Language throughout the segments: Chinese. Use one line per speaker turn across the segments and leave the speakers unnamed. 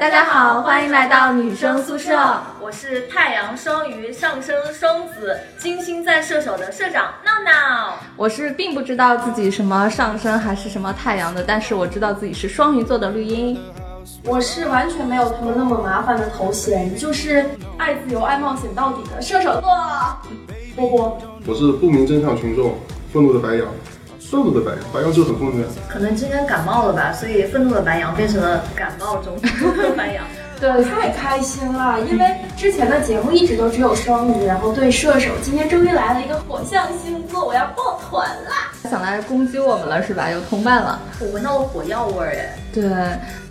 大家好，欢迎来到女生宿舍。
我是太阳双鱼上升双子金星在射手的社长闹闹。
我是并不知道自己什么上升还是什么太阳的，但是我知道自己是双鱼座的绿茵。
我是完全没有他们那么麻烦的头衔，就是爱自由、爱冒险到底的射手座。波波，
我是不明真相群众，愤怒的白羊，愤怒的白羊，白羊就很愤怒呀。
可能今天感冒了吧，所以愤怒的白羊变成了感冒中的白羊。
对，太开心了，因为之前的节目一直都只有双鱼，然后对射手，今天终于来了一个火象星座，我要抱团啦！
想来攻击我们了是吧？有同伴了。
我闻到了火药味儿哎。
对，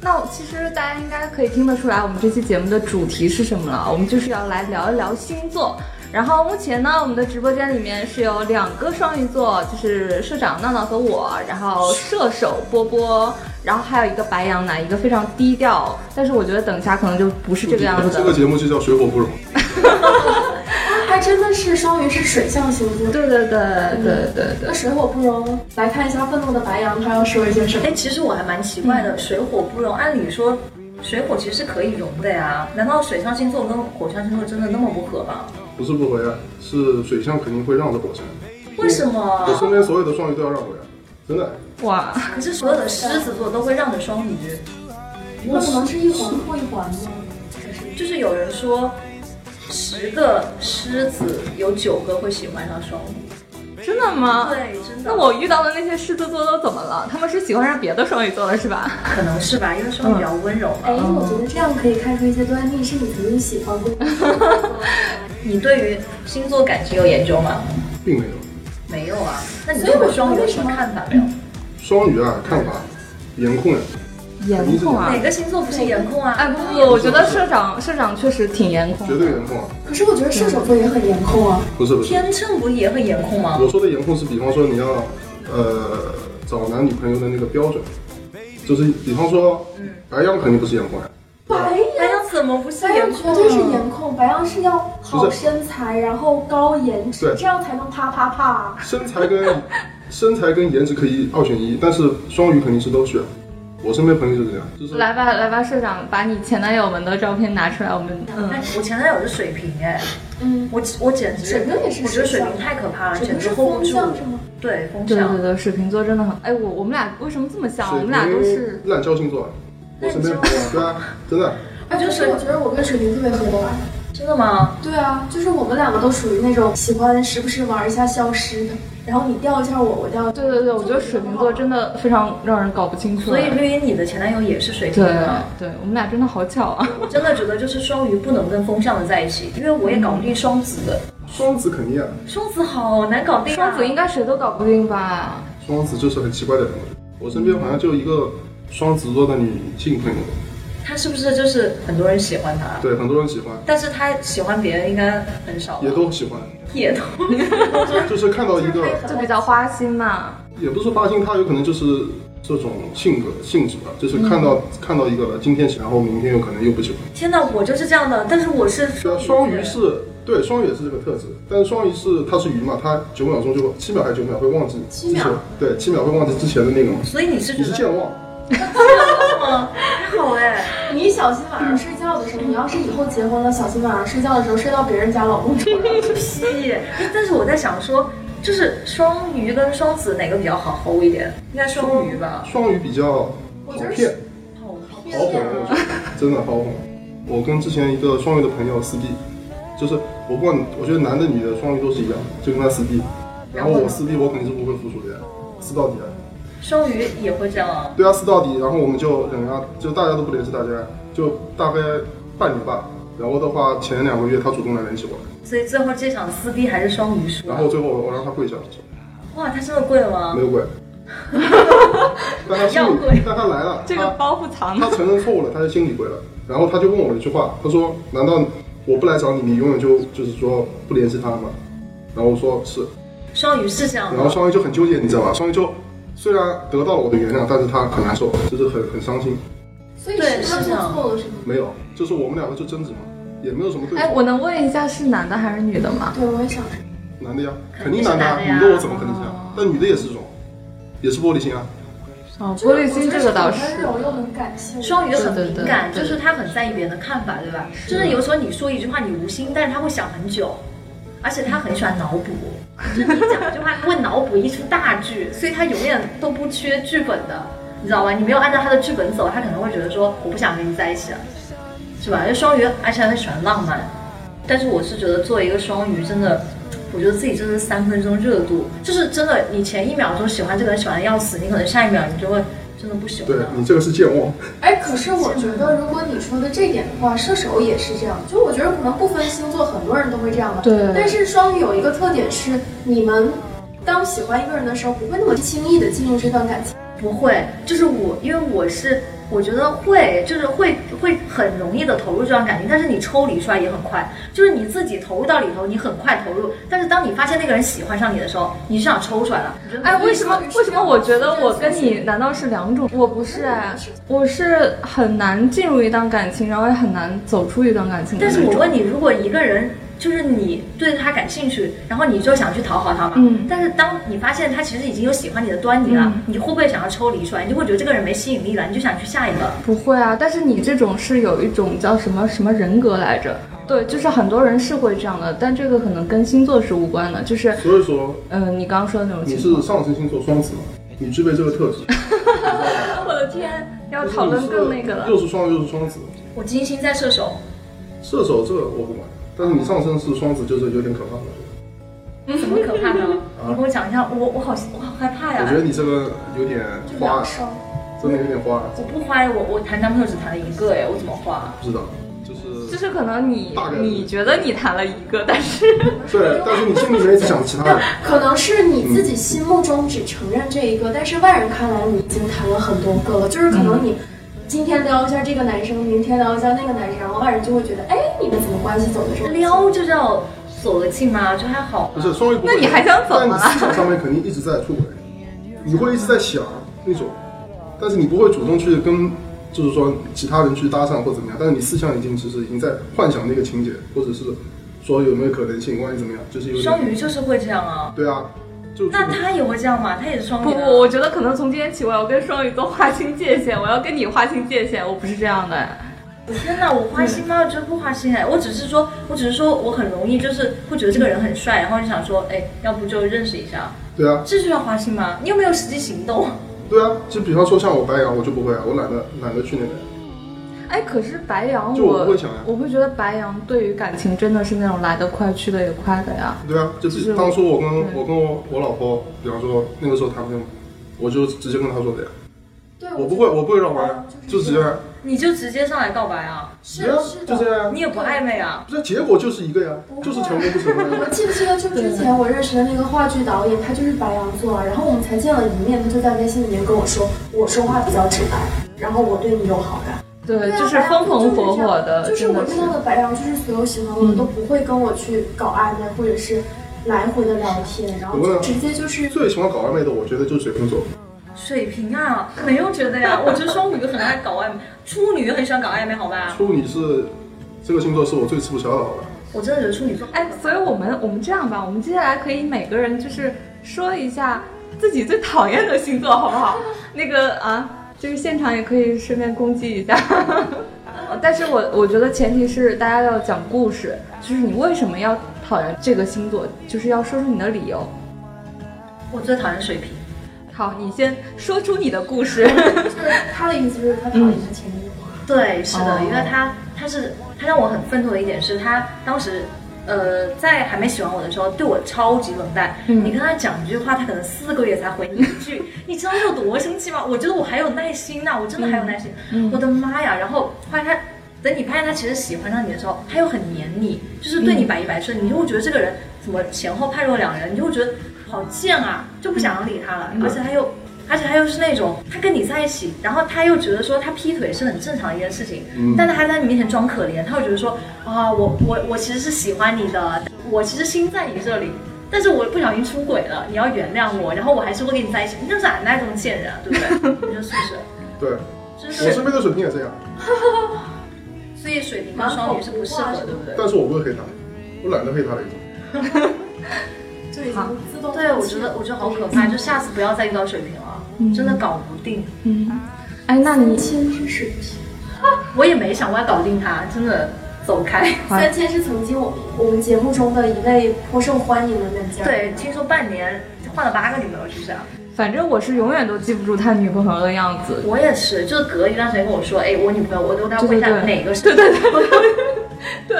那其实大家应该可以听得出来，我们这期节目的主题是什么了？我们就是要来聊一聊星座。然后目前呢，我们的直播间里面是有两个双鱼座，就是社长闹闹和我，然后射手波波，然后还有一个白羊男，一个非常低调。但是我觉得等一下可能就不是这个样子
这个
了。
节目就叫水火不容。
还真的是双鱼是水象星座。
对对对对对
那
对，
水火不容，来看一下愤怒的白羊，他要说一些什么
哎，？其实我还蛮奇怪的，水火不容，按理说。水火其实是可以容的呀，难道水象星座跟火象星座真的那么不合吗？
不是不回呀，是水象肯定会让着火象。
为什
我
么？
身边所有的双鱼都要让回呀，真的。
哇，
可是所有的狮子座都会让着双鱼，
哎那可能是一环扣一环吗？
就是有人说，十个狮子有九个会喜欢上双鱼。
真的吗？
对，真的。
那我遇到的那些狮子座都怎么了？他们是喜欢上别的双鱼座了是吧？
可能是吧，因为双鱼比较温柔嘛。
哎，我觉得这样可以看出一些端倪，是你曾经喜欢过的 星座。
你对于星座感情有研究吗？
并没有。
没有啊。那你
所以我
对双鱼有什么看法没有？
双鱼啊，看法颜控啊呀，
颜控啊
哪！个星座不是颜控啊？
哎不不，我觉得社长社长确实挺颜控
绝
的。
对颜控啊。
可是我觉得射手座也很颜控啊。
不是不是，
天秤不是也很颜控吗？
我说的颜控是比方说你要，呃，找男女朋友的那个标准，就是比方说，
嗯
白羊肯定不是颜控啊呀。
白
白
羊，
羊怎么不是
白
颜
羊
控
绝
啊？
对是嗯颜控，白羊是要好身材，然后高颜值，
对
这样才能啪啪啊啪。
身材跟身材跟颜值可以二选一，但是双鱼肯定是都选。我身边朋友就是这样，就是
来吧来吧，社长，把你前男友们的照片拿出来，我们嗯
哎，我前男友是水瓶哎，
嗯，
我我简直
水瓶也是
我觉得
水
水
象
瓶太可怕了，
水
简
瓶
直
是
hold 不
风
住
象。是吗？
对，风
对对
象。
对，水瓶座真的很哎，我我们俩为什么这么像？我哦
水
们俩都是
瓶懒觉星座啊。我身边
懒觉
对啊，真的，
哎，可是我觉得我跟水瓶特别合得来。
真的吗？
对啊，就是我们两个都属于那种喜欢时不时玩一下消失的，然后你调一下我，我调一下。
对对对，我觉得水瓶座真的非常让人搞不清楚。
所以绿茵，你的前男友也是水
对
瓶啊？
对，我们俩真的好巧啊！
我真的觉得就是双鱼不能跟风象的在一起，因为我也搞不定双子的，
双子肯定啊，
双子好难搞定啊。
双子应该谁都搞不定吧？
双子就是很奇怪的人。我身边好像就一个双子座的女性朋友，
他是不是就是很多人喜欢他？
对，很多人喜欢，
但是他喜欢别人应该很少吧，
也都喜欢，
也都
就是看到一个，
就比较花心嘛。
也不是发心，他有可能就是这种性格性质吧，就是看到、看到一个了，今天喜欢，然后明天有可能又不喜欢。
天哪，我就是这样的，但是我是
对啊，双鱼是对双鱼也是这个特质，但是双鱼是它是鱼嘛，它九秒钟就会七秒还是九秒会忘记之
七
前
秒，
对七秒会忘记之前的那个嘛，
所以你是
你
觉
是
得
健忘，
吗？还好哎，
你小心晚上睡觉的时候，你要是以后结婚了，小心晚上睡觉的时候睡到别人家 老公床上。
屁！但是我在想说，就是双鱼跟双子哪个比较好 hold 一点？应该双鱼吧。
双鱼比较好
我觉得
骗，
好好
好哄，我觉得真的好哄。我跟之前一个双鱼的朋友撕逼，就是我不管，我觉得男的女的双鱼都是一样，就跟他撕逼，然后我撕逼我肯定是不会服输的呀，撕到底啊。
双鱼也会这样啊。
对啊，撕到底，然后我们就等啊，就大家都不联系大家，就大概半年吧。然后的话，前两个月他主动来联系我，
所以最后这场撕逼还是双鱼输
然
了。
后最后我让他跪下，
哇，他真的贵吗
没？有跪。但他心
要
里
跪，
但他来了，
这个包袱藏
他他
的，
承认错误了，他就心里跪了。然后他就问我了一句话，他说：“难道我不来找你，你永远就就是说不联系他吗？”然后我说是，
双鱼是这样
然后
的。
双鱼就很纠结，你知道吧？双鱼就虽然得到了我的原谅，但是他很难受，就是很很伤心。
所以
对
是他
是
做
这样
错了是吗？
没有，就是我们两个就争执嘛，也没有什么对错。
哎，我能问一下是男的还是女的吗？
对，我也想。
男的呀，
肯
肯
定
定
是
男的啊
男的呀
女的我怎么可能这样？但女的也是这种，也是玻璃心啊。
哦，玻璃心这个倒是
就是我觉得很温柔又很感性。
双鱼很敏感，
对对
就
对
是他很在意别人的看法，对吧？就是有时候你说一句话，你无心，但是他会想很久，而且他很喜欢脑补，就是你讲一句话，他会脑补一出大剧，所以他永远都不缺剧本的，你知道吧？你没有按照他的剧本走，他可能会觉得说我不想跟你在一起了，是吧？因为双鱼，而且他很喜欢浪漫，但是我是觉得作为一个双鱼，真的。我觉得自己就是三分钟热度，就是真的，你前一秒钟喜欢这个人喜欢的要死，你可能下一秒你就会真的不喜欢
对
了。
你这个是健忘，
哎，可是我觉得，如果你说的这点的话，射手也是这样。就我觉得可能不分星座，很多人都会这样的。
对
但是双鱼有一个特点是，你们当喜欢一个人的时候，不会那么轻易的进入这段感情。
不会，就是我，因为我是，我觉得会，就是会会很容易的投入这段感情，但是你抽离出来也很快，就是你自己投入到里头，你很快投入，但是当你发现那个人喜欢上你的时候，你是想抽出来了。你觉得
哎，为什么为什么我觉得我跟你难道是两种？我不是哎，我是很难进入一段感情，然后也很难走出一段感情的
但
那
是
种。
我问你，如果一个人就是你对他感兴趣，然后你就想去讨好他嘛？
嗯
但是当你发现他其实已经有喜欢你的端倪了，
嗯
你会不会想要抽离出来？你就会觉得这个人没吸引力了，你就想去下一个。
不会啊，但是你这种是有一种叫什么什么人格来着？对，就是很多人是会这样的，但这个可能跟星座是无关的，就是
所以说
嗯、呃你刚刚说的那种
你
情
是
况。
上升星座双子嘛，你具备这个特质。
我的天，要
就是
讨论
你是
更那个了。
又是双鱼又是双子，
我金星在射 手，
射手这个我不管，但是你上升是双子，就是有点可怕了。
怎么可怕 呢？
啊
你给我讲一下，我我好我好害怕呀！
我觉得你这个有点
就
花
哎
两，生。
真的有点花，
我不花，我我谈男朋友只谈了一个哎，我怎么花？
不知道，就
就是是可能你
大概
你觉得你谈了一个，但是
对，但是你心里面一直想其他人，
可能是你自己心目中只承认这一个，但是外人看来你已经谈了很多个了。就是可能你今天聊一下这个男生，明天聊一下那个男生，然后外人就会觉得，哎，你们怎么关系走的这么近？
撩就叫走得近吗？就还好吧。
不是双鱼不会。
那你还想怎么了
但你思想上面肯定一直在出轨，你会一直在想那种，但是你不会主动去跟，就是说其他人去搭讪或怎么样，但是你思想已经其实已经在幻想那个情节，或者是说有没有可能性，万一怎么样，就是有
双
点。
鱼就是会这样啊。
对啊，就
那他也会这样吗？他也是双
不
鱼
不，
啊。
我觉得可能从今天起，我要跟双鱼座划清界限，我要跟你划清界限，我不是这样的。哎
天哪，我花心吗？我觉得不花心哎，我只是说，我只是说我很容易就是会觉得这个人很帅，然后就想说，哎，要不就认识一下，
对啊，
这就叫花心吗？你有没有实际行动？
对啊，就比方说像我白羊，我就不会啊，我懒得懒得去那个，
哎，可是白羊
就我不会想呀
我会觉得白羊对于感情真的是那种来得快去得也快的呀。
对啊，就
就是
是当初我跟
对
我跟我我老婆，比方说那个时候谈朋友，我就直接跟她说的呀，
对，
我不会我不会绕弯啊，就直接
你就直接上来告白啊？
是
对啊
是
就
的。
这样
你
呀，
也不暧昧啊？
不是结果就是一个呀，就是成功不成功
我
呀，
记不记得就之前我认识的那个话剧导演，他就是白羊座，啊然后我们才见了一面，他就在微信里面跟我说，我说话比较直白，然后我对你有好感，
对，
啊
就是风红火火的，
就是
真
我
的
遇到的白羊，就是所有喜欢我的都不会跟我去搞暧昧，或者是来回的聊天，然后就直接就是
最喜欢搞暧昧的，我觉得就是水瓶座，
水瓶啊，没有觉得呀，我觉得双鱼很爱搞暧昧，处女很喜欢搞暧昧，好吧？
处女是这个星座是我最吃不消的，好吧？
我真的觉得处女座，
哎，所以我们我们这样吧，我们接下来可以每个人就是说一下自己最讨厌的星座，好不好？那个啊，就是现场也可以顺便攻击一下。 但是我我觉得前提是大家要讲故事，就是你为什么要讨厌这个星座，就是要说出你的理由。
我最讨厌水瓶。
好，你先说出你的故事。
就是他的意思就是他讨厌他前女友。
对，是的，
哦
因为他他是呃他让我很愤怒的一点是他当时。呃，在还没喜欢我的时候，对我超级冷淡。
嗯
你跟他讲一句话，他可能四个月才回你一句，你知道我有多生气吗？我觉得我还有耐心呐、我真的还有耐心。
嗯
我的妈呀！然后后来他，等你发现他其实喜欢上你的时候，他又很黏你，就是对你百依百顺，你就会觉得这个人怎么前后判若两人，你就会觉得好贱啊，就不想理他了。而且他又，而且他又是那种，他跟你在一起，然后他又觉得说他劈腿是很正常的一件事情，
嗯
但他还在你面前装可怜，他会觉得说啊，我我我其实是喜欢你的，我其实心在你这里。但是我不小心出轨了，你要原谅我，然后我还是会跟你在一起。你就是俺那种贱人啊，对 不对？你说是不是？
对，
就
我身边的水瓶也这样，
所以水瓶跟双鱼是不适合，对不对？
但是我不会黑他，我懒得黑他的一种，
就已
好
经自动
对，我觉得我觉得好可怕，就下次不要再遇到水瓶了，啊真的搞不定。
嗯，哎，那
三
你
千是水平，
我也没想过要搞定他，真的走开。
好
三千是曾经我们我们节目中的一位颇受欢迎的人家，
对，听说半年换了八个女朋友，是不是啊？
反正我是永远都记不住他女朋友的样子。
我也是，就是隔一段时间跟我说，哎，我女朋友，我都在问
对
一下
对
哪个是
对对对对对，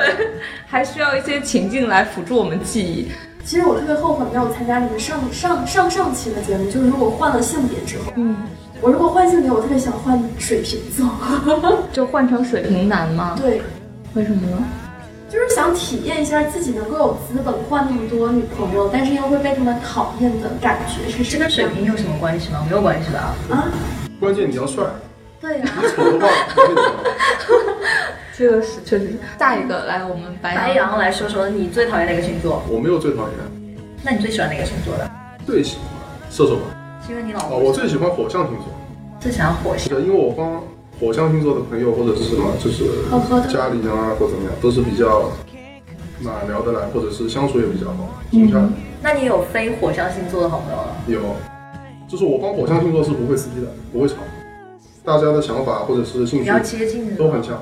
还需要一些情境来辅助我们记忆。
其实我特别后悔没有参加你们上上上上期的节目，就是如果换了性别之后，
嗯，
我如果换性别，我特别想换水瓶 座。
就换成水瓶男吗？
对，
为什么呢？
就是想体验一下自己能够有资本换那么多女朋友，但是又会被他们讨厌的感觉是
这
什么
跟水瓶
样
有什么关系吗？没有关系吧？
啊？
关键你要帅，
对呀、
啊
丑的话不会怎么
这个是确实是。下一个来，我们白
白
羊。
羊来说说你最讨厌哪个星座？
我没有最讨厌，
那你最喜欢哪个星座的？
最喜欢射手吧。
是因为你老
啊，
公
我最喜欢火象星座，
最喜欢火
是
象，
的，因为我帮火象星座的朋友或者是什么，就是
好喝的
家里人啊或怎么样，都是比较哪聊得来，或者是相处也比较好，融洽。
那你有非火象星座的好朋友了？
有，就是我帮火象星座是不会撕逼的，不会吵，大家的想法或者是兴
比
趣
较接近的
都很像。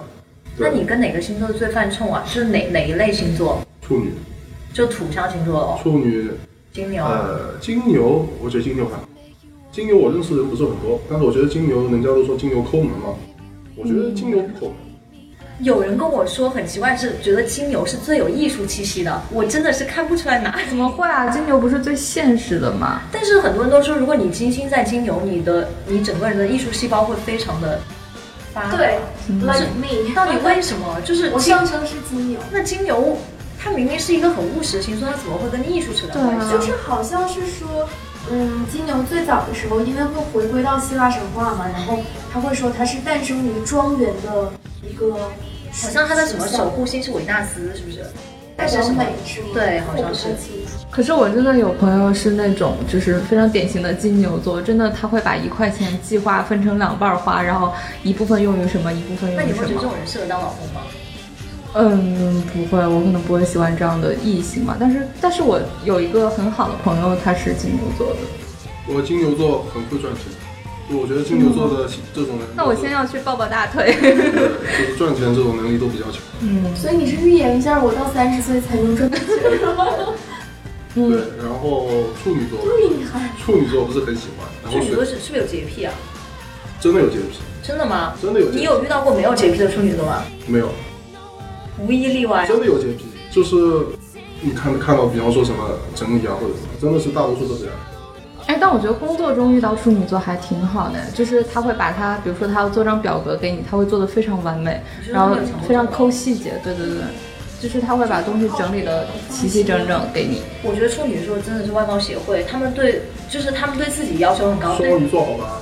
那你
对，
跟哪个星座最犯冲啊？是哪哪一类星座？
处女，
就土象星座哦，
处女，
金牛。
呃，金牛，我觉得金牛还好。金牛我认识的人不是很多，但是我觉得金牛，人家都说金牛抠门嘛，我觉得
嗯
金牛不抠门。
有人跟我说很奇怪，是觉得金牛是最有艺术气息的，我真的是看不出来哪。
怎么会啊？金牛不是最现实的吗？
但是很多人都说，如果你金星在金牛，你的你整个人的艺术细胞会非常的发达。
对，like me，
到底嗯为什么？就是
我
金
上升是金牛，
那金牛，它明明是一个很务实的星座，它怎么会跟艺术扯上关
对啊
系？
就是好像是说，嗯，金牛最早的时候，因为会回归到希腊神话嘛，然后他会说他是诞生于庄园的一个，
好像它的什么守护星是维纳斯，是不是？
代表美是吗？
对好像是
我不太清楚
可是我真的有朋友是那种就是非常典型的金牛座，真的他会把一块钱计划分成两半儿花，然后一部分用于什么，一部分
那
用
你
于
会
什
觉得这
么。
种人适合当老公吗？
嗯，不会，我可能不会喜欢这样的异性吧。但是，但是我有一个很好的朋友，他是金牛座的。
我金牛座很会赚钱，就我觉得金牛座
嗯
的这种人，
那我先要去抱抱大腿。
对就是赚钱这种能力都比较强。
所以你是预言一下我到三十岁才能赚到钱吗？
嗯
对，然后处女座，
厉害！
处女座不是很喜欢，然
处
后
女座
水
是是不是有洁癖啊？
真的有洁癖，
真的吗？
真的有洁
你
癖，
有遇到过没有洁癖的处女座吗？
没有？
无一例外。啊
真的有洁癖，就是你看看到，比方说什么整理啊或者什么，真的是大多数都这样。
哎，但我觉得工作中遇到处女座还挺好的，就是他会把他，比如说他要做张表格给你，他会做的非常完美，
你是
然后
那种强迫症吗
非常抠细节。对对对，就是他会把东西整理的齐齐整整给你。
我觉得处女座真的是外貌协会，他们对就是他们对自己要求很高，
双
对
鱼座好吧，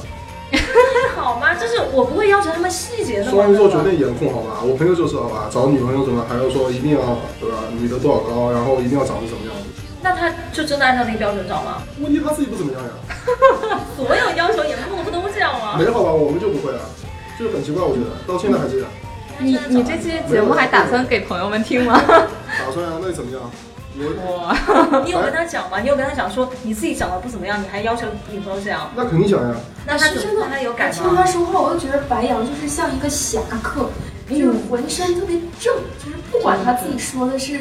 好吗？就是我不会要求他们细节的嘛。
双鱼座绝对颜控好吧，我朋友就是好吧，找女朋友什么还要说一定要对吧，女的多少高，然后一定要长成什么样子，
那他就真的按照那个标准找吗？
问题他自己不怎么样呀。
所有要求颜控不都这样吗？
没好吧，我们就不会啊，就很奇怪，我觉得到现在还这样。
你你这期节目还打算给朋友们听吗？
打算啊，那你怎么样？我
哇，
你有跟他讲吗？你有跟他讲说你自己长得不怎么样，你还要求女朋友这样？
那肯定想呀，
那他
是
怎
真的
么？他有改
听他
吗？
说话，我就觉得白羊就是像一个侠客，
嗯
就是浑身特别正，就是不管他自己说的是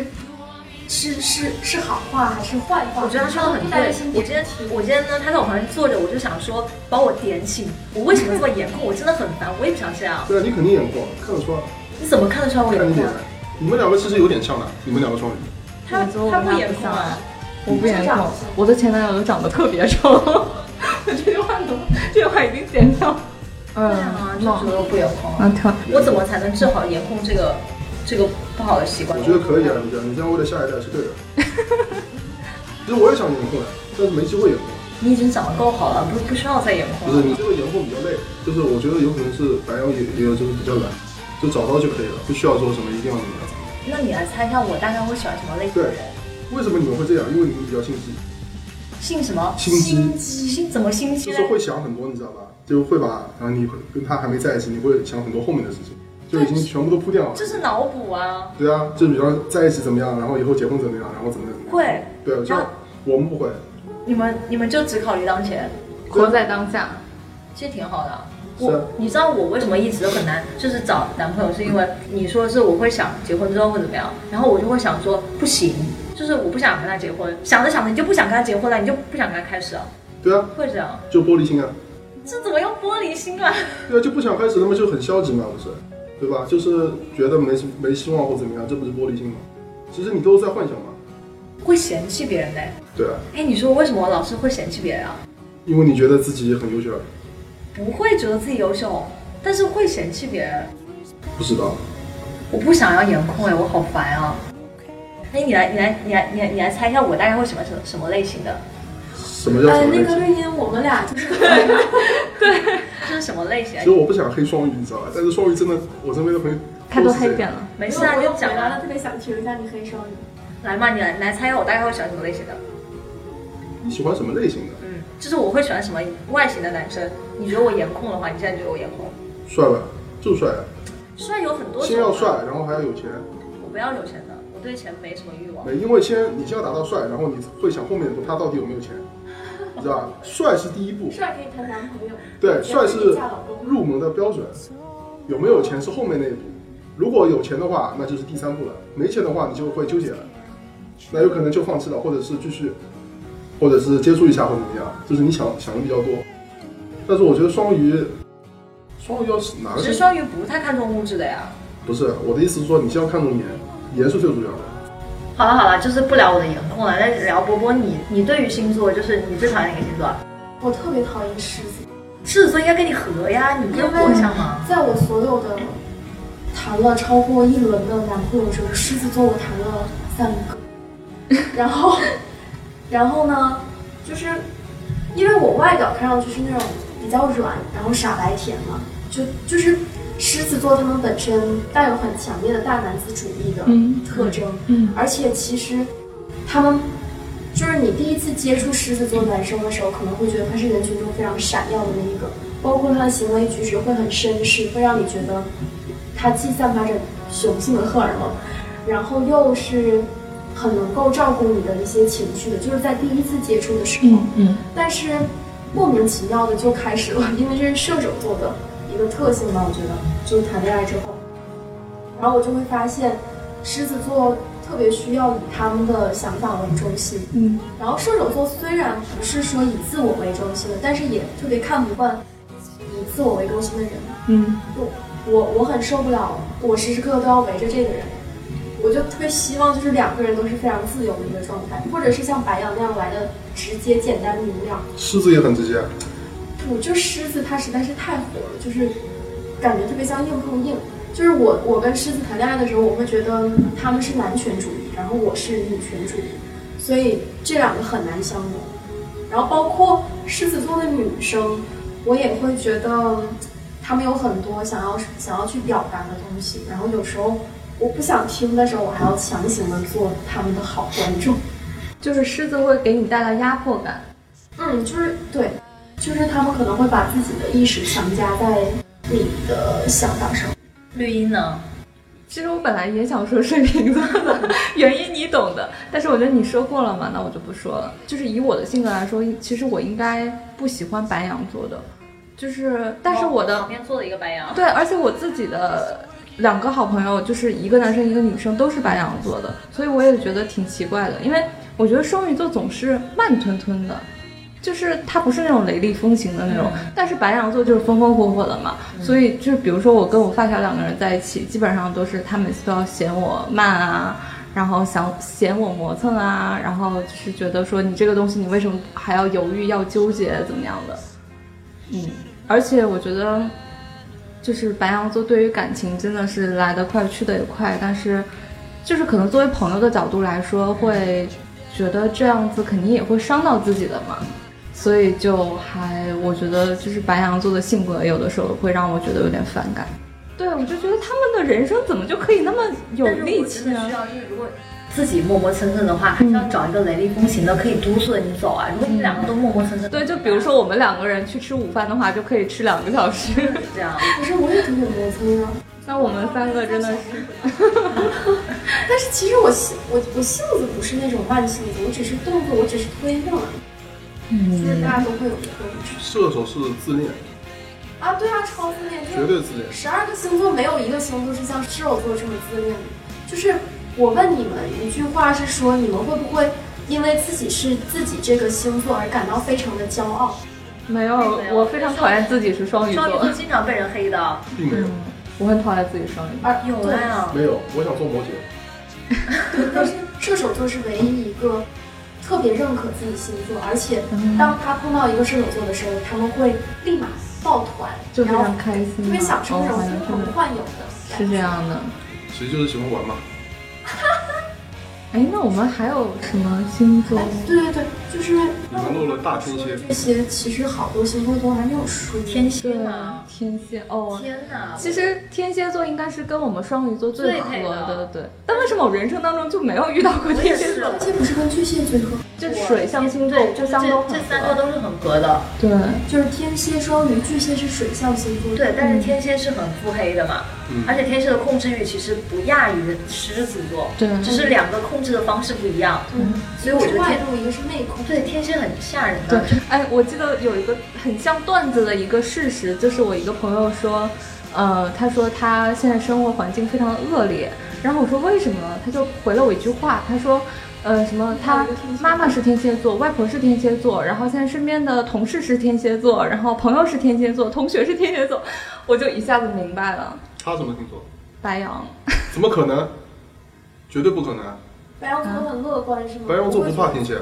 是是是好话还是坏话，
我觉得他说的很
不
对
担心。
我今天我今天呢，他在我旁边坐着，我就想说把我点醒。我为什么这么颜控？我真的很烦，我也不想这样。
对啊，你肯定眼光看得出来，
你怎么看得出来我
看
颜
你
控
脸
啊？
来。你们两个其实有点像的，你们两个双鱼，
他
我觉得我
他不
们俩
颜
不
控
像
啊
啊。我不颜
你是
控
长相，
我的前男友都长得特别丑。这句话怎么？这句话已经剪掉。嗯
对啊，就觉得我不颜控啊。
嗯，跳。
我怎么才能治好颜控这个这个不好的习惯？
我觉得可以啊，你这样，你这样为了下一代是 对的。其实我也想眼控的，但是没机会眼控。
你已经长得够好了，不不需要再颜
不
控
是你
了。
这个眼控比较累，就是我觉得有可能是白羊也也有就是比较懒，就找到就可以了，不需要说什么一定要怎么样。
那你来猜一下，我大概会喜欢什么类型的人？
为什么你们会这样？因为你们比较心机，
姓什么？
心机
心怎么心机
就
呢
是？会想很多，你知道吧？就会把啊，你跟他还没在一起，你会想很多后面的事情，就已经全部都铺垫好了
这。是脑补啊，
对啊，就比方在一起怎么样，然后以后结婚怎么样，然后怎么样怎么样。
会。
对，我知
然
道
后。
我们不会，
你们你们就只考虑当前，
活在当下。
其实挺好的啊。
是
我你知道我为什么一直都很难，就是找男朋友，是因为你说是我会想结婚之后会怎么样，然后我就会想说不行，就是我不想跟他结婚，想着想着你就不想跟他结婚了，你就不想跟他开始啊，
对啊，
会这样，
就玻璃心啊，
这怎么又玻璃心了？
对啊，就不想开始，那么就很消极嘛，不是，对吧？就是觉得没希没希望或怎么样，这不是玻璃心吗？其实你都是在幻想嘛，
会嫌弃别人呢？
对啊，
哎，你说为什么我老是会嫌弃别人啊？
因为你觉得自己很优秀，啊
不会觉得自己优秀，但是会嫌弃别人。
不知道，
我不想要颜控哎，我好烦啊！哎，你来，你来，你来，你来，你来猜一下我大概会什么什么什么类型的？
什么叫
哎
什，么
那
类
个
型？
绿茵，我们俩就是
这是什么类型
其实？我不想黑双鱼，你知道吧？但是双鱼真的，我身边的朋友
他都
是这
黑
样
遍了，
没事啊，
我
你
又
就
回
讲
来
啊
了，。特别想听一下你黑双鱼。
来嘛，你来，你来猜一下我大概会喜欢什么类型的？
你喜欢什么类型的？
嗯，就是我会喜欢什么外形的男生？你觉得我颜控的话，你现在觉得我颜控？
帅吧，就是帅啊，
帅有很多种啊。
先要帅，然后还要有钱。
我不要有钱的，我对钱没什么欲望。
没，因为先你先要达到帅，然后你会想后面他到底有没有钱，你知道吧？帅是第一步，
帅啊可以谈男朋友，
对，帅是
嫁老公。
入门的标准，有没有钱是后面那一步。如果有钱的话，那就是第三步了；没钱的话，你就会纠结了，那有可能就放弃了，或者是继续，或者是接触一下或怎么样，就是你想想的比较多。但是我觉得双鱼，双鱼要是哪个
只是
星
双鱼不太看重物质的呀。
不是我的意思是说，你先要看重颜，颜是最主要的。
好了好了，就是不聊我的颜控了，那聊波波你你对于星座，就是你最讨厌哪个星座啊？
我特别讨厌狮子，
狮子座应该跟你合呀，你不用我想吗？
在我所有的谈了超过一轮的男朋友中，狮子座我谈了三个， 然后，然后呢，就是因为我外表看上去是那种比较软，然后傻白甜嘛，就就是狮子座他们本身带有很强烈的大男子主义的
嗯
特征，
嗯，
而且其实他们就是你第一次接触狮子座男生的时候，可能会觉得他是人群中非常闪耀的那一个，包括他的行为举止会很绅士，会让你觉得他既散发着雄性的荷尔蒙，然后又是很能够照顾你的一些情绪的，就是在第一次接触的时候。
嗯
但是莫名其妙的就开始了， 因为这是射手座的一个特性吧，我觉得，就是谈恋爱之后，然后我就会发现，狮子座特别需要以他们的想法为中心，
嗯，
然后射手座虽然不是说以自我为中心的，但是也特别看不惯以自我为中心的人，
嗯
我我很受不了，我时时刻刻都要围着这个人，我就特别希望就是两个人都是非常自由的一个状态，或者是像白羊那样来的直接、简单、明了。
狮子也很直接，
我就狮子，它实在是太火了，就是感觉特别像硬碰硬。就是我我跟狮子谈恋爱的时候，我会觉得他们是男权主义，然后我是女权主义，所以这两个很难相容。然后包括狮子座的女生，我也会觉得她们有很多想要想要去表达的东西，然后有时候我不想听的时候，我还要强行的做他们的好观众。
就是狮子会给你带来压迫感。
嗯，就是对，就是他们可能会把自己的意识强加在你的想法上。
绿茵呢？
其实我本来也想说水瓶座的原因你懂的，但是我觉得你说过了嘛，那我就不说了。就是以我的性格来说，其实我应该不喜欢白羊座的，就是但是我的、
旁边坐了一个白羊，
对，而且我自己的两个好朋友，就是一个男生一个女生，都是白羊座的，所以我也觉得挺奇怪的，因为我觉得双鱼座总是慢吞吞的。就是他不是那种雷厉风行的那种，但是白羊座就是风风火火的嘛，所以就是比如说我跟我发小两个人在一起，基本上都是他每次都要嫌我慢啊，然后想嫌我磨蹭啊，然后就是觉得说你这个东西你为什么还要犹豫要纠结怎么样的，嗯，而且我觉得就是白羊座对于感情真的是来得快去得也快，但是就是可能作为朋友的角度来说，会觉得这样子肯定也会伤到自己的嘛，所以就还我觉得就是白羊座的性格有的时候会让我觉得有点反感。对，我就觉得他们的人生怎么就可以那么有
但是
力
我
气
真的
呢
需？要，就是如果啊自己磨磨蹭蹭的话，还是要找一个雷厉风行的可以督促着你走啊。如果你两个都磨磨蹭蹭，
对，就比如说我们两个人去吃午饭的话，就可以吃两个小时。
这样，
可是我也特别磨蹭啊，
那我们三个真的是，
但是其实我性我我性子不是那种慢性子，我只是动作，我只是推让，就是
嗯
大家都会有推
射手是自恋，
啊，对啊，超自恋，
绝
就是
对自恋。
十二个星座没有一个星座是像射手座这么自恋的。就是我问你们一句话是说，你们会不会因为自己是自己这个星座而感到非常的骄傲？
没有
没，有
我非常讨厌自己是双鱼
双鱼
座
座，经常被人黑的，
并没有，
我很讨厌自己是双鱼座。
而
有
对
啊，
没有。我想做摩羯，
但是射手座是唯一一个特别认可自己星座，而且当他碰到一个射手座的时候，他们会立马抱团，
就非
然后
常开心，
特别
啊
享受那
哦
种疯狂
真的
幻游的。
是这。样的。
其实就是喜欢玩嘛。
哎，那我们还有什么星座
哎？，对对对，就是
你们漏了大天蝎，
这些，其实好多星座都还没有说。
天蝎
对
嘛，，
天蝎哦。
天哪，
其实天蝎座应该是跟我们双鱼座最合
最配
的
的，
对。但为什么我人生当中就没有遇到过天蝎座？
天蝎不是跟巨蟹最合，
就水象星座，
对
这三都
这
很
这三个
合。
都是很合的，
对，
就是天蝎、双鱼、巨蟹是水象星座。
对，但
嗯
是天蝎是很腹黑的嘛，
嗯
而且天蝎的控制欲其实不亚于狮子座，
对
只是两个控制的方式不一样，
嗯，
所以我觉
一个是
得
外
天
露，一个是内控。
对天蝎很吓人
对
的，，
哎，我记得有一个很像段子的一个事实，就是我一个朋友说，呃，他说他现在生活环境非常恶劣，然后我说为什么？他就回了我一句话，他说。呃，什么？他妈妈是天蝎座，外婆是天蝎座，然后现在身边的同事是天蝎座，然后朋友是天蝎座，同学是天蝎座，我就一下子明白了，
他什么星座？
白羊。
怎么可能？绝对不可能！
白羊座很乐观是吗？
白羊座不怕天蝎，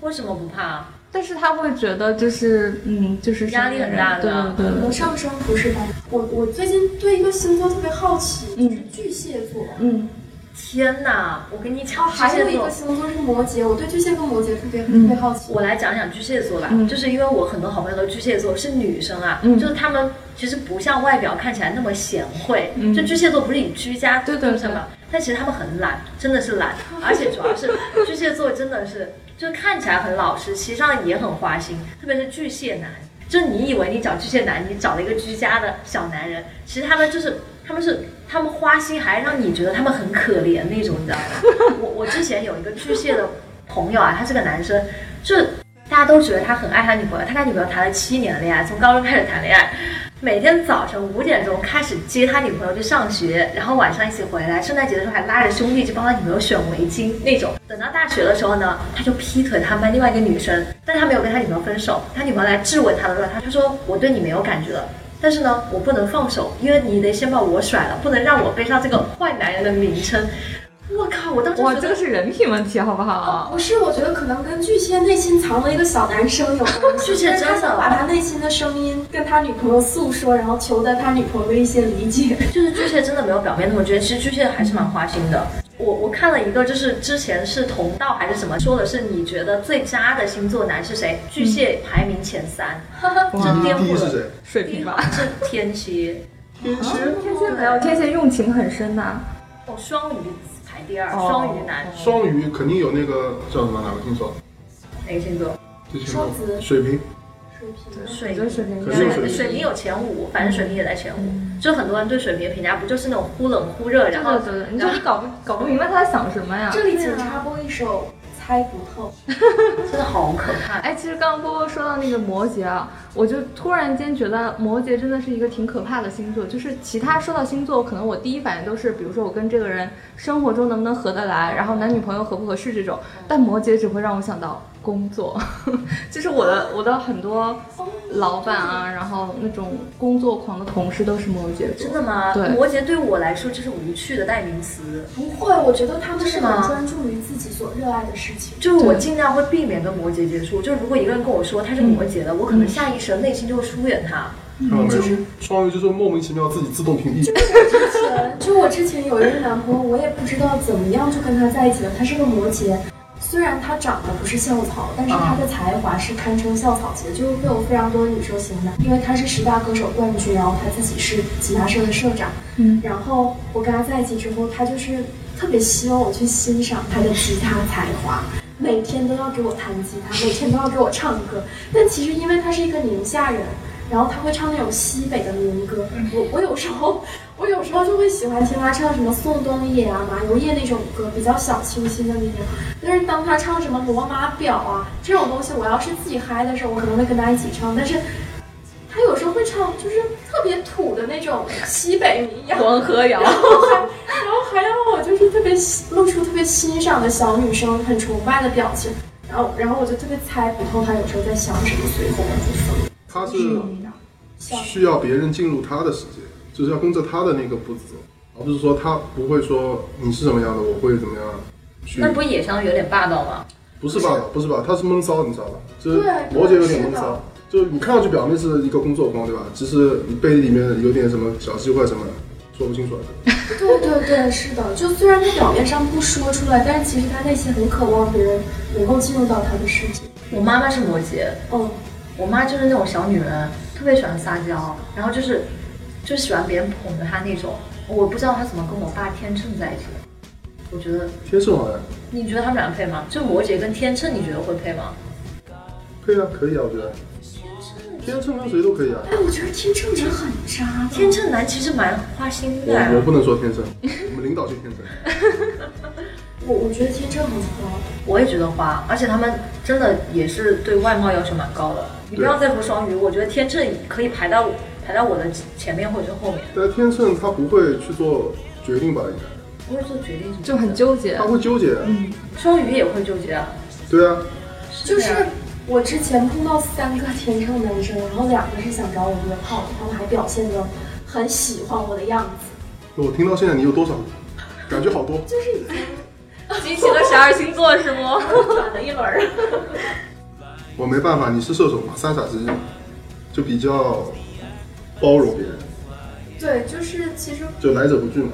为什么不怕？
但是他会觉得就是，嗯，就是
压力很大
对
的
对对
我
对，
上升不是白羊。我我最近对一个星座特别好奇，
嗯
就是巨蟹座。
嗯，
天哪，我跟你
哦，
讲，巨
还有
蟹
一
座
个。星座是摩羯，我对巨蟹跟摩羯特别特别好奇。
我来讲讲巨蟹座吧，
嗯
就是因为我很多好朋友都是巨蟹座，是女生啊，
嗯
就是她们其实不像外表看起来那么贤惠，
嗯
就巨蟹座不是以居家
对对
出身嘛，但其实他们很懒，真的是懒，而且主要 是巨蟹座真的是就是看起来很老实，其实上也很花心，特别是巨蟹男，就是你以为你找巨蟹男，你找了一个居家的小男人，其实他们就是他们是他们花心，还让你觉得他们很可怜那种，你知道吗？我我之前有一个巨蟹的朋友啊，他是个男生，就是大家都觉得他很爱他女朋友，他跟他女朋友谈了七年的恋爱，从高中开始谈恋爱，每天早晨五点钟开始接他女朋友去上学，然后晚上一起回来，圣诞节的时候还拉着兄弟去帮他女朋友选围巾那种。等到大学的时候呢，他就劈腿他们班另外一个女生，但他没有跟他女朋友分手，他女朋友来质问他的时候，他他说我对你没有感觉了。但是呢，我不能放手，因为你得先把我甩了，不能让我背上这个坏男人的名称。我靠！我当时
哇，
觉
这
得
个是人品问题，好不好？
不是，我觉得可能跟巨蟹内心藏的一个小男生有关系。
巨蟹真的
他想把他内心的声音跟他女朋友诉说，然后求得他女朋友的一些理解。
就是巨蟹真的没有表面那么绝，其实巨蟹还是蛮花心的。我我看了一个，就是之前是同道还是什么，说的是你觉得最渣的星座男是谁？巨蟹排名前三，
哇
就颠
第一
覆
是
了。
谁？
水
第一
平
好
嗯吧。
像是天蝎，
天蝎。
天蝎没有，哦天蝎用情很深呐、
哦，双鱼排第二，
哦
双鱼男
双鱼肯定有那个叫什么哪个星座？
哪个星座？
哦
这星
双子
座水瓶，
水瓶座
水
我觉得水瓶
可是
应该嗯
水
水瓶有前五，反正水瓶也在前五。就很多人对水瓶的评价不就是那种忽冷忽热，然后
对对对，你说你搞不搞不明白他在想什么呀？
这里请插播一首《猜不透
真的好可怕。
哎，其实刚刚波波说到那个摩羯啊，我就突然间觉得摩羯真的是一个挺可怕的星座。就是其他说到星座，可能我第一反应都是，比如说我跟这个人生活中能不能合得来，然后男女朋友合不合适这种。但摩羯只会让我想到工作，就是我的我的很多老板啊，然后那种工作狂的同事都是摩羯座
真。的吗
对？
摩羯对我来说就是无趣的代名词。》。
不会，我觉得他们是
是吗
很专注于自己所热爱的事情。
就是我尽量会避免跟摩羯接触。就是如果一个人跟我说他是摩羯的，我可能下意识地内心就会疏远他。
看到没有？双鱼就是莫名其妙自己自动屏蔽。
嗯之前， 就我之前有一个男朋友，我也不知道怎么样就跟他在一起了。他是个摩羯，虽然他长得不是校草，但是他的才华是堪称校草级，就是会有非常多女受喜欢。因为他是十大歌手冠军，然后他自己是吉他社的社长。
嗯，
然后我跟他在一起之后，他就是特别希望我去欣赏他的吉他才华。每天都要给我弹吉他，每天都要给我唱歌，但其实因为他是一个宁夏人，然后他会唱那种西北的民歌。我我有时候我有时候就会喜欢听他唱什么宋冬野啊、马友友那种歌，比较小清新的那种。但是当他唱什么罗马表啊这种东西，我要是自己嗨的时候，我可能会跟他一起唱。但是他有时候会唱就是特别土的那种西北民谣，
黄河谣，
然后 还，然后还让我就是特别露出特别欣赏的小女生很崇拜的表情，然后然后我就特别猜不透她有时候在想什么，所以后面就疯了。
他是
像
需要别人进入他的世界，就是要跟着他的那个步子走，而不是说他不会说你是什么样的，我会怎么样去。
那不野生有点霸道吗？
不是霸道，不是霸道，他是闷骚，你知道吧？就是
对
罗杰有点闷
是的
骚，就是你看上去表面是一个工作狂，对吧？其实你背地里面有点什么小机会什么，说不清楚啊。
对对对，是的，就虽然她表面上不说出来，但是其实她内心很渴望别人能够进入到她的世界。
我妈妈是摩羯，
嗯，
我妈就是那种小女人，特别喜欢撒娇，然后就是就喜欢别人捧着她那种。我不知道她怎么跟我爸天秤在一起的。我觉得，
天秤好像
你觉得他们俩配吗？就摩羯跟天秤，你觉得会配吗？
可以啊，可以啊，我觉得。天秤跟谁都可以啊，
哎，我觉得天秤人很渣的，
天秤男其实蛮花心啊的、
我我不能说天秤，我们领导就天 秤。
我我觉得天秤很糟。
我也觉得花，而且他们真的也是对外貌要求蛮高的。你不要再说双鱼，我觉得天秤可以排到排到我的前面或者是后面。
但是天秤他不会去做决定吧？应该
不会做决定什么，
就很纠结
他。会纠结。啊
双鱼也会纠结啊。
对啊，
就是我之前碰到三个天秤男生，然后两个是想找我约炮的，他们还表现得很喜欢我的样子，
我听到现在你有多少？感觉好多。
就是已经
集齐了十二星座是不？
转了一轮儿。
我没办法，你是射手嘛，三傻之一，就比较包容别人，
对，就是其实
就来者不拒嘛。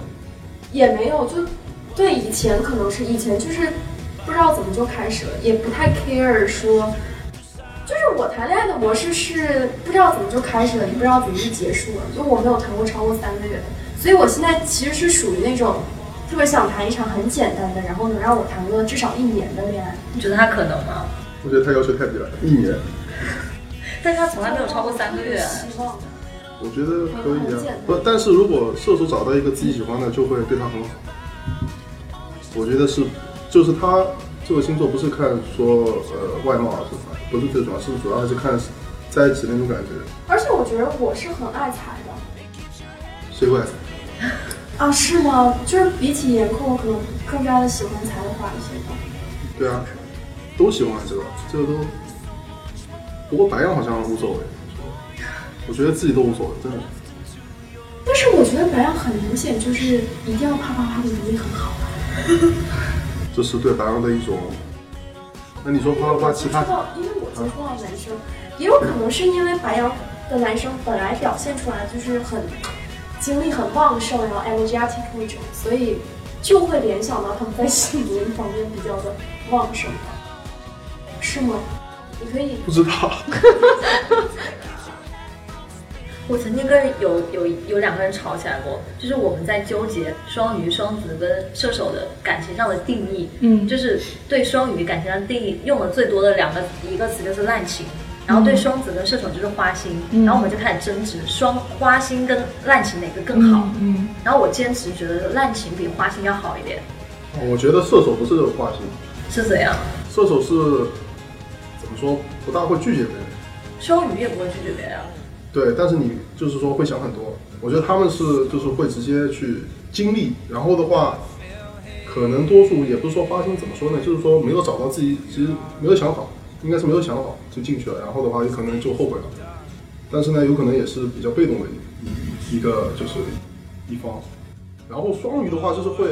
也没有，就对以前可能是以前就是不知道怎么就开始了，也不太 care 说，就是我谈恋爱的模式是不知道怎么就开始了，也不知道怎么就结束了，就我没有谈过超过三个月，所以我现在其实是属于那种特别想谈一场很简单的，然后能让我谈个至少一年的恋爱。
你觉得他可能吗？
我觉得他要求太低了，一年，
但是他从来没有超过三个月。啊
希望
我觉得可以
很简
啊
单。
不，但是如果射手找到一个自己喜欢的，就会对他很好。我觉得是，就是他这个星座不是看说呃外貌啊什么的，不是最主要，是主要还是看在一起那种感觉，
而且我觉得我是很爱财的。
谁会爱
啊，是吗？就是比起颜控，我可能更加的喜欢才华一些吧。
对啊，都喜欢这个，这个都。不过白羊好像无所谓，我觉得自己都无所谓，真的。
但是我觉得白羊很明显就是一定要啪啪啪的能力很好。
这是对白羊的一种。那你说花花其他
我知道，因为我接触到的男生，也有可能是因为白羊的男生本来表现出来就是很精力很旺盛，然后 energetic 那种，所以就会联想到他们在性别方面比较的旺盛，是吗？你可以
不知道，
我曾经跟有有有两个人吵起来过，就是我们在纠结双鱼、双子跟射手的感情上的定义。
嗯
就是对双鱼感情上的定义用的最多的两个一个词就是滥情，然后对双子跟射手就是花心，
嗯
然后我们就开始争执，双花心跟滥情哪个更好？
嗯，
然后我坚持觉得滥情比花心要好一点，
我觉得射手不是花心，
是怎样？
射手是怎么说，不大会拒绝别人。
双鱼也不会拒绝别人啊，
对，但是你就是说会想很多。我觉得他们是就是会直接去经历，然后的话，可能多数也不是说花心，怎么说呢？就是说没有找到自己，其实没有想好，应该是没有想好就进去了，然后的话有可能就后悔了。但是呢，有可能也是比较被动的一一个就是一方。然后双鱼的话就是会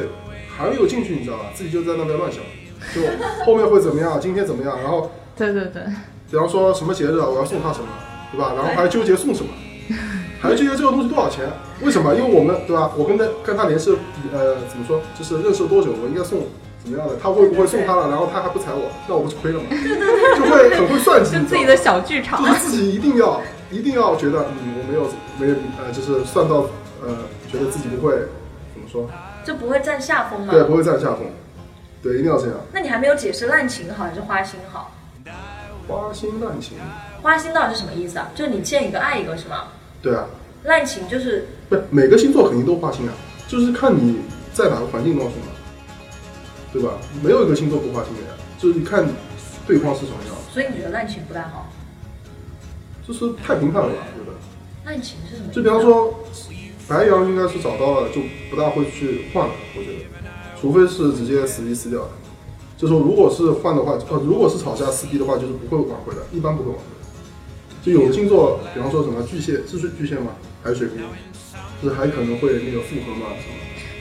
还没有进去，你知道吧？自己就在那边乱想，就 后面会怎么样，今天怎么样，然后
对对对，
比方说什么节日啊，我要送他什么，对吧？然后还纠结 送什么，还纠结这个东西多少钱？为什么？因为我们对吧？我跟他跟他联系，呃，怎么说，就是认识了多久，我应该送怎么样的？他会不会送他了？然后他还不睬我，那我不是亏了吗？就会很会算计，
就
你
自
知道
己
吗
的小剧场
就。是自己一定要一定要觉得，嗯，我没有没有呃，就是算到呃，觉得自己不会怎么说，
就不会占下风嘛。
对，不会占下风，对，一定要这样。
那你还没有解释滥情好还是花心好？
花心滥情，
花心到底是什么意思啊？就是你见一个爱一个是吗？
对啊，
滥情就是
不，每个星座肯定都花心啊，就是看你在哪个环境当中嘛，对吧？没有一个星座不花心的呀，就是你看对方是什么样，
所以你觉得滥情不太好？
就是太平淡了吧，我觉得。
滥情是什么意思啊？
就比方说，白羊应该是找到了，就不大会去换了，我觉得，除非是直接撕逼撕掉的。就说如果是换的话，呃，如果是吵架撕逼的话，就是不会挽回的，一般不会挽回的。就有的星座，比方说什么巨蟹，是巨巨蟹吗？还是水瓶？就是还可能会那个复合嘛什么？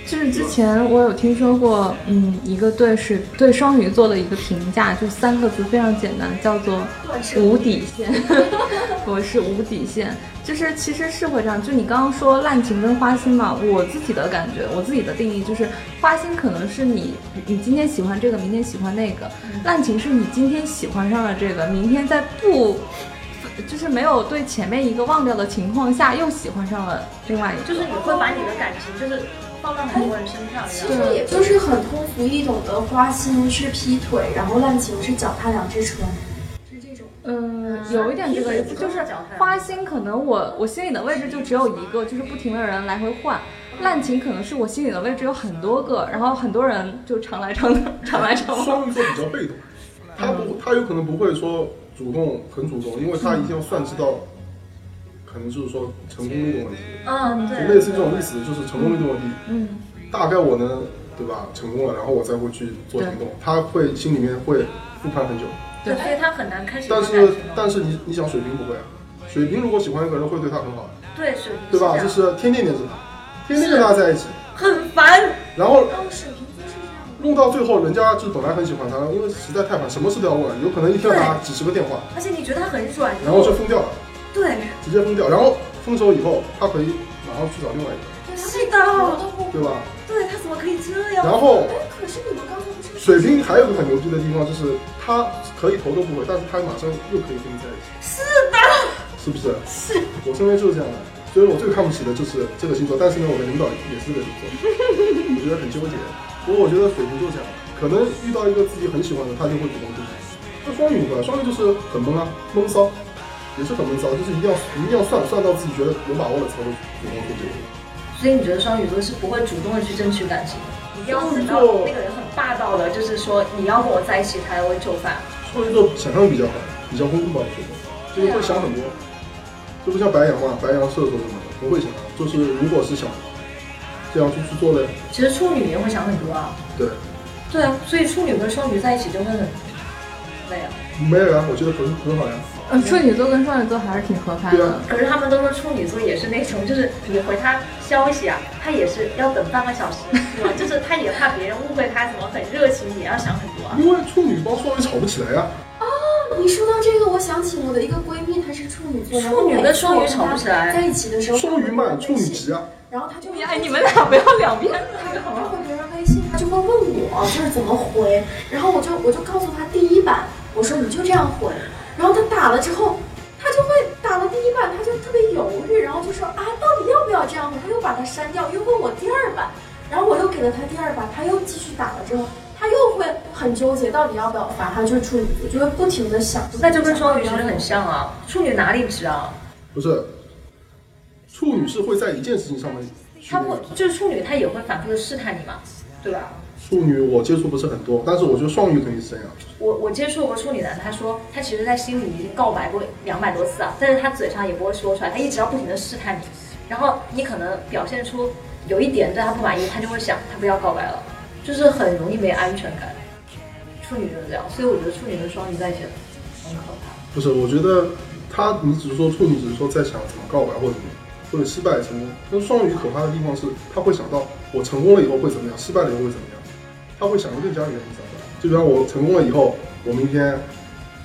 就是之前我有听说过，嗯，一个对水对双鱼座的一个评价，就三个字非常简单，叫做
断舍离
无底线。 我是无底线，就是其实是会这样。就你刚刚说滥情跟花心嘛，我自己的感觉，我自己的定义就是，花心可能是你你今天喜欢这个，明天喜欢那个；滥情是你今天喜欢上了这个，明天在不。就是没有对前面一个忘掉的情况下，又喜欢上了另外一个，
就是你会把你的感情就是放到很多人身上一
其
样。
实也就是很通俗易懂的，花心是劈腿，然后滥情是脚踏两只船，是这种。哦
嗯，有一点这
啊
个意思，就是花心可能我我心里的位置就只有一个，就是不停的人来回换。滥情可能是我心里的位置有很多个，然后很多人就常来常常来常往。
双鱼座比较被动，他不，他有可能不会说主动很主动，因为他一定要算计到，可能就是说成功率的问题，
嗯，
就
对。
类似这种意思，就是成功率的问题。
嗯，
大概我能对吧成功了，然后我再会去做行动，他会心里面会复盘很久。
对，所以他很难开始有
但
感情
是
了。
但是你你想水瓶不会啊，水瓶如果喜欢一个人会对他很好，啊
对水
对吧？就是天天黏着他，天天跟他在一起，
很烦。
然后
哦，水瓶座是这样的。
弄到最后，人家就本来很喜欢他，因为实在太烦，什么事都要问，有可能一天要打几十个电话，
而且你觉得他很软
然后
弱，
就封掉了，
对，
直接封掉。然后分手以后，他可以马上去找另外一
是
啊
我
的，
都不
个，对吧？
对他怎么可以这样？
然后
哎，可是你们刚才不是
水瓶还有一个很牛逼的地方，就是他可以头都不回，但是他马上又可以跟你在一起。是的，是不是？是。我身边就是这样的，所以我最看不起的就是这个星座。但是呢，我的领导也是这个星座，我觉得很纠结。不过我觉得水瓶就这样，可能遇到一个自己很喜欢的，他就会主动追求。那双鱼不会，双鱼就是很闷啊，闷骚，也是很闷骚，就是一定要一定要算算到自己觉得有把握了才会主动去追求。
所以你觉得双鱼座是不会主动的去争取感情的，一定要等到那个人很霸道的，就是说你要跟我在一起才会就范。
双鱼座想象力比较好，比较丰富吧，我觉得，就是会想很多，就不像白羊嘛，白羊、射手什么的不会想，就是如果是想这样去去做嘞，
其实处女也会想很多啊，
对，
对啊，所以处女跟双鱼在一起就会很累啊。
没有呀，我觉得很很好呀，
呃，处女座跟双鱼座还是挺合拍
对
的
啊。
可是他们都说处女座也是那种， 就是你回他消息啊，他也是要等半个小时，对吧？就是他也怕别人误会他怎么很热情，也要想很多啊。
因为处女帮双鱼吵不起来呀，
你说到这个，我想起我的一个闺蜜，她是处女座，然后
处女
每
跟
次
双鱼
我
吵不啊
她
起来
在一起的时候，
双鱼慢，处女急啊，
然后她就会
哎，你们俩不要两边
她就会别人微信，她就会问我就是怎么回，然后我就我就告诉她第一版，我说你就这样回，然后她打了之后，她就会打了第一版，她就特别犹豫，然后就说啊到底要不要这样回，她又把它删掉，又问我第二版，然后我又给了她第二版，她又继续打了之后。她又会很纠结，到底要不要发？她就是处女座，就会不停的想。
那就跟双鱼其实很像啊，处女哪里直啊？
不是，处女是会在一件事情上面去
他
那
会
个，
就是处女，她也会反复的试探你嘛，对吧？
处女我接触不是很多，但是我觉得双鱼肯定是这啊样，
我我接触过处女男，他说他其实在心里已经告白过两百多次啊，但是他嘴上也不会说出来，他一直要不停的试探你，然后你可能表现出有一点对他不满意，他就会想他不要告白了，就是很容易没安全感。处女就是这样，所以我觉得处女跟双鱼在一起很可怕。
不是，我觉得他，你只是说处女，只是说在想怎么告白或者怎么，或者失败成功。那双鱼可怕的地方是，他会想到我成功了以后会怎么样，失败了以后会怎么样，他会想得更加远一层的。就比方我成功了以后，我明天，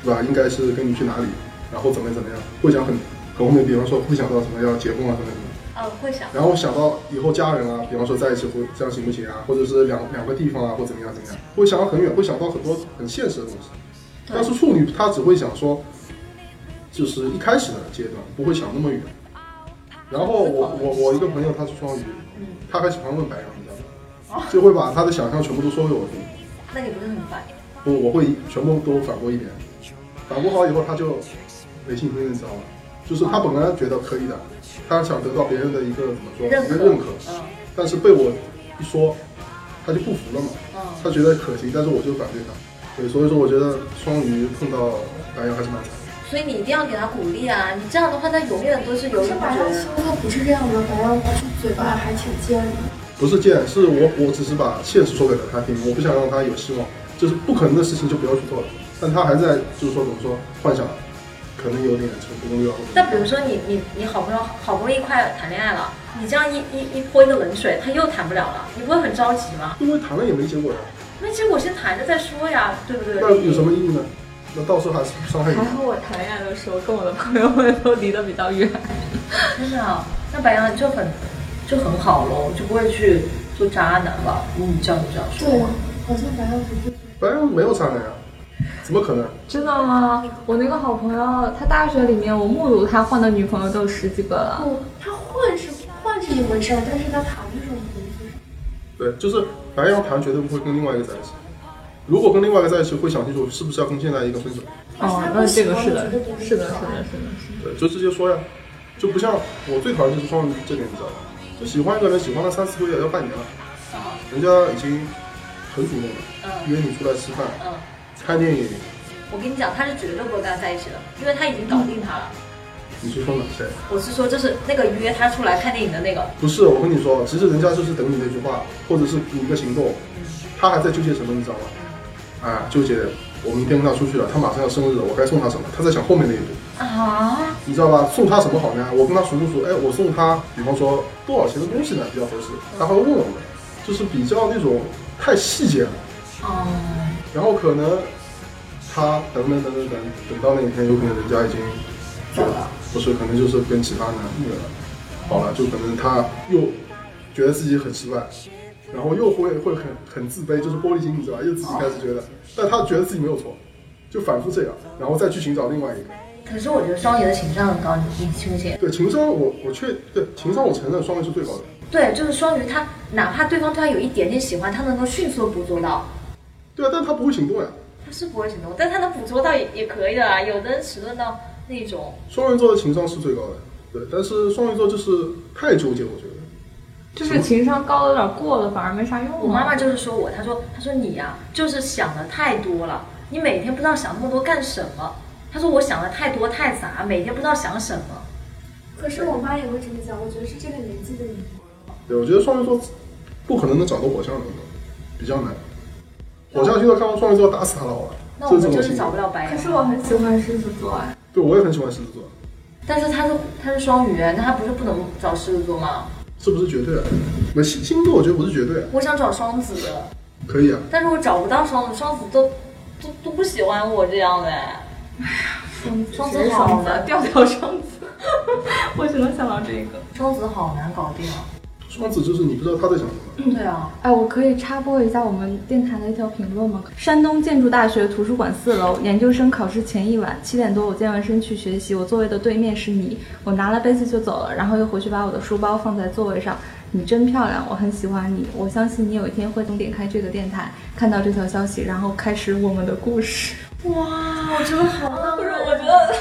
对吧？应该是跟你去哪里，然后怎么样怎么样，会想很很后面，比方说会想到什么要结婚啊什么什么，
啊，会想
然后想到以后家人啊，比方说在一起会这样行不行啊，或者是两两个地方啊，或怎么样怎么样，会想到很远，会想到很多很现实的东西。
对
但是处女她只会想说，就是一开始的阶段，不会想那么远。然后我我我一个朋友他是双鱼，
嗯
他还喜欢问白羊，你知道吗？就会把他的想象全部都说给我听，
那你不是很烦？
我我会全部都反驳一遍。搞不好以后他就没信心认识了，就是
哦
他本来觉得可以的，他想得到别人的一个怎么说
认
一
可，
个认可，
嗯
但是被我一说，他就不服了嘛，
嗯，
他觉得可行，但是我就反对他，对，所以说我觉得双鱼碰到白羊还是蛮惨的，
所以你一定要给他鼓励啊！你这样的话，他永远都是有
可
一
是
种
白羊星座不是这样的，白羊他是嘴巴还挺尖的。
不是贱，是我我只是把现实说给了他听，我不想让他有希望，就是不可能的事情就不要去做了，但他还在就是说怎么说幻想，可能有点成不攻略啊或者
但比如说你你你好不容易好不容易快谈恋爱了，你这样一一一泼一个冷水，他又谈不了了，你不会很着急吗？
因为谈了也没结果呀，
那结果先谈着再说呀，对不对？
那有什么意义呢？那到时候还是伤害你
还。好我谈恋爱的时候跟我的朋友们都离得比较远。
真的啊，那白羊就很就很好喽，就不会去做渣男了。嗯，这样就这样说。
对，好像白羊不会。
白羊没有渣男呀，怎么可能？
真的吗？我那个好朋友，他大学里面，我目睹他换的女朋友都有十几个了。
哦，他换是换是一回事儿，但是他谈的时候不一回事儿。
对，就是白羊谈绝对不会跟另外一个在一起。如果跟另外一个在一起，会想清楚是不是要跟现在一个分手。
哦，那这个是的，是的，是的，是的，是
对，就直接说呀，就不像我最讨厌就是双鱼这点，你知道吧？就喜欢一个人，喜欢了三四个月，要半年了，人家已经很主动了，
嗯
约你出来吃饭、
嗯，
看电影，
我跟你讲，他是绝对不会跟他在一起的，因为他已经搞定他了。
你是说哪谁？
我是说，就是那个约他出来看电影的那个，
不是，我跟你说，其实人家就是等你那句话，或者是你一个行动，他还在纠结什么，你知道吗？啊，纠结，我明天跟他出去了，他马上要生日了，我该送他什么？他在想后面那一步，
啊，
你知道吧？送他什么好呢？我跟他数数数，哎，我送他，比方说多少钱的东西呢比较合适？他还会问我们，就是比较那种太细节了，
哦、
然后可能他等等等等等，等到那一天，有可能人家已经觉得不是，可能就是跟其他男女了，好了，就可能他又觉得自己很失败，然后又会会很很自卑，就是玻璃心，你知道吧？又自己开始觉得，但他觉得自己没有错，就反复这样，然后再去寻找另外一个。
可是我觉得双鱼的情商很高，你你信不信？
对情商我，我确对情商，我承认双鱼是最高的。
对，就是双鱼他，哪怕对方对他有一点点喜欢，他能够迅速地捕捉到，
对啊，但他不会行动呀。
他是不会行动，但他能捕捉到也也可以的啊。有的人迟钝到那种，
双鱼座的情商是最高的，对，但是双鱼座就是太纠结，我觉得
的，就是情商高的有点过了，反而没啥用了。
我妈妈就是说我，她说她说你呀、就是想的太多了，你每天不知道想那么多干什么。她说我想的太多太杂，每天不知道想什么。
可是我妈也会这么讲，我觉得是这个年纪的女人。
对，我觉得双鱼座不可能能找到火象的，比较难。火象星座看到双鱼座打死他了，好吧？
那我
这
们
种
就是
情
找
况
不了白羊。
可是我很喜欢狮子座哎，
对，我也很喜欢狮子座，
但是他是他是双鱼，那他不是不能找狮子座吗？
这不是绝对啊。那星星座我觉得不是绝对啊，
我想找双子，
可以啊。
但是我找不到双子，双子都都都不喜欢我这样的。哎双子啊
谁是
好
双子
难，
调调双子，我只能想到这个。
双子好难搞定啊！
双子就是你不知道他在想什么，
对啊，
哎，我可以插播一下我们电台的一条评论吗？山东建筑大学图书馆四楼，研究生考试前一晚七点多，我健完身去学习，我座位的对面是你，我拿了杯子就走了，然后又回去把我的书包放在座位上。你真漂亮，我很喜欢你，我相信你有一天会点开这个电台，看到这条消息，然后开始我们的故事。
哇，
哦
我觉得好
嗯
浪漫。
不是，我觉得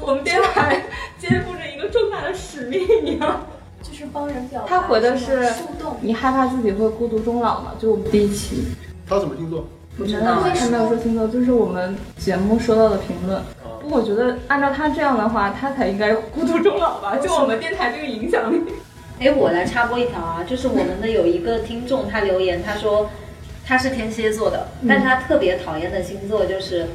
我们电台肩负着一个重大的使命一样。
就是帮人表达，
他回的是
树洞，
你害怕自己会孤独终老吗？就我们第一期。
他什么星座？
不知道
没有他没有说星座，就是我们节目收到的评论。不过我觉得按照他这样的话，他才应该孤独终老吧？就我们电台这个影响力。
哎，我来插播一条啊，就是我们的有一个听众，他留言，他说他是天蝎座的，但是他特别讨厌的星座就是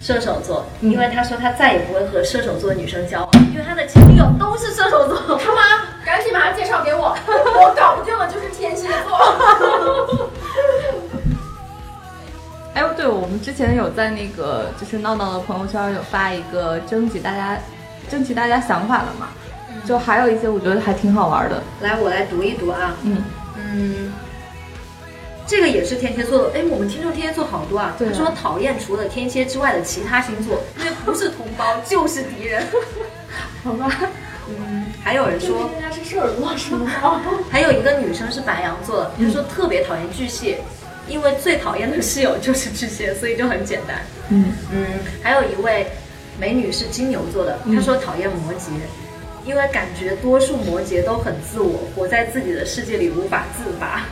射手座，因为他说他再也不会和射手座的女生交往，因为他的前女友都是射手座。
他妈，赶紧把他介绍给我，我搞不定了，就是天蝎座。
哎，对，我们之前有在那个就是闹闹的朋友圈有发一个征集大家征集大家想法的嘛，就还有一些我觉得还挺好玩的。
来，我来读一读啊，
嗯，
嗯，这个也是天蝎座的。哎，我们听众天蝎座好多啊。
对啊
他说讨厌除了天蝎之外的其他星座， 因为不是同胞就是敌人。
好吧，
嗯，还有人说，
人家是射手座是吗？
还有一个女生是白羊座的，她说特别讨厌巨蟹，因为最讨厌的室友就是巨蟹，所以就很简单。
嗯，
嗯，还有一位美女是金牛座的，她说讨厌摩羯，因为感觉多数摩羯都很自我，活在自己的世界里无法自 拔。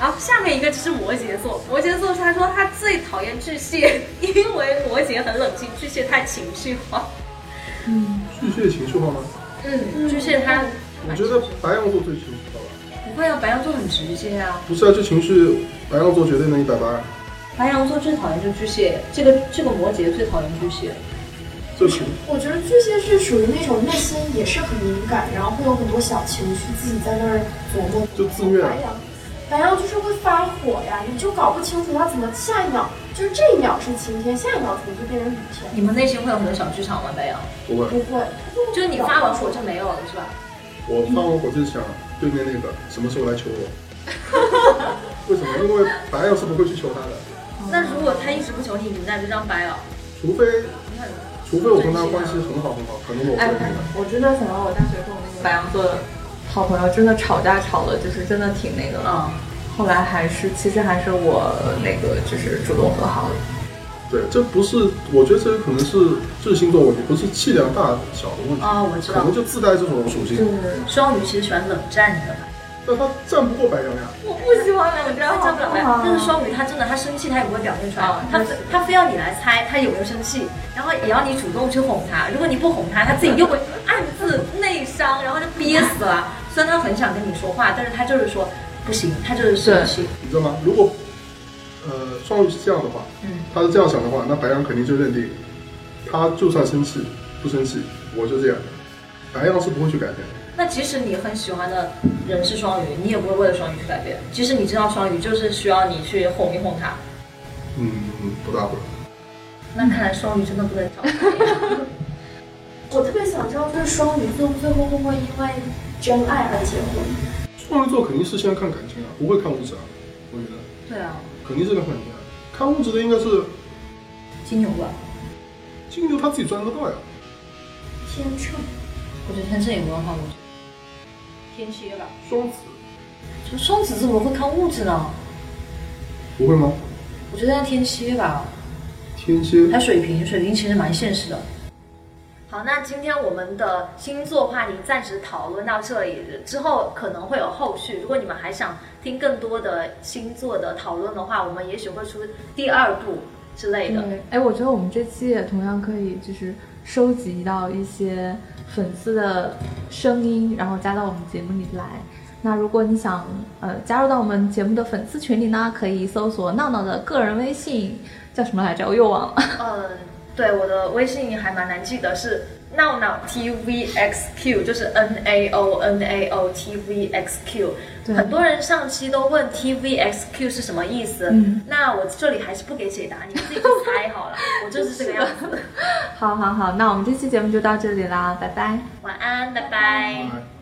然后下面一个就是摩羯座，摩羯座他说他最讨厌巨蟹，因为摩羯很冷静，巨蟹太情绪化。
巨蟹情绪化吗？
嗯，巨蟹他
我觉得白羊座最情绪化吧。
不会啊，白羊座很直接啊。
不是啊，这情绪白羊座绝对能一百八，
白羊座最讨厌就巨蟹，这个这个摩羯最讨厌巨蟹。
这情
我觉得巨蟹是属于那种内心也是很敏感，然后会有很多小情绪，自己在那儿琢磨。
就自虐啊
白羊，白羊就是会发火呀，你就搞不清楚他怎么下一秒，就是这一秒是晴天，下一秒可能就变成雨天。
你们内心会有很多小剧场吗？白羊，
不会。
不会，
就是你发完火就没有了，是吧？
我发完火就想对面那个什么时候来求我。 为什么？因为白羊是不会去求他的，
那如果他一直不啊求你，你们俩就这样掰了。
除非
你看，
除非我跟他关系很好很好，可能我会
哎
那个。，
我真的想到我大学跟我那个白羊座的好朋友真的吵架吵的，就是真的挺那个的。
嗯，
后来还是其实还是我那个就是主动和好了。
对，这不是，我觉得这可能是这是星座问题，不是气量大小的问题，
哦，我知
可
道嗯
能，就自带这种属
就
性。
是
双鱼其实喜欢冷战，你知道吗？
但他战不过白羊呀，
我不喜欢冷
他
战，
叫不了白，
好
但是双鱼他真的，他生气他也不会表现出来
哦，
他
那是
他非要你来猜他有没有生气，然后也要你主动去哄他。如果你不哄他，他自己又会暗自内伤，然后就憋死了。虽然他很想跟你说话，但是他就是说不行，他就是生气。
你知道吗？如果呃双鱼是这样的话，
嗯，
他是这样想的话，那白羊肯定就认定，他就算生气不生气，我就这样。白羊是不会去改变的，
那即使你很喜欢的人是双鱼，你也不会为了双鱼去改变。即使你知道双鱼就是需要你去哄一哄他，
嗯，不大会。
那看来双鱼真的不能找白羊。
我特别想知道，就是双鱼座最后会不会因为真爱而结婚？
双鱼座肯定是先看感情啊，不会看物质啊，我觉得
对啊，
肯定是看感情啊。看物质的应该是
金牛吧，
金牛，他自己钻得到呀。
天秤，
我觉得天秤也不用看物质，天蝎吧。
双子
就双子怎么会看物质呢？
不会吗？
我觉得要天蝎吧，
天蝎
还水瓶，水瓶其实蛮现实的。好，那今天我们的星座话题暂时讨论到这里，之后可能会有后续。如果你们还想听更多的星座的讨论的话，我们也许会出第二部之类的。
对，哎，我觉得我们这期也同样可以，就是收集到一些粉丝的声音，然后加到我们节目里来。那如果你想呃加入到我们节目的粉丝群里呢，可以搜索闹闹的个人微信，叫什么来着？我又忘了。
呃，对，我的微信还蛮难记得，是闹闹 T V X Q，就是 N A O N A O T V X Q。
对
很多人上期都问 T V X Q 是什么意思，
嗯
那我这里还是不给解答，你们自己去猜好了。我就是这个样 子。
好好好，那我们这期节目就到这里啦，拜拜。
晚安，拜
哎
拜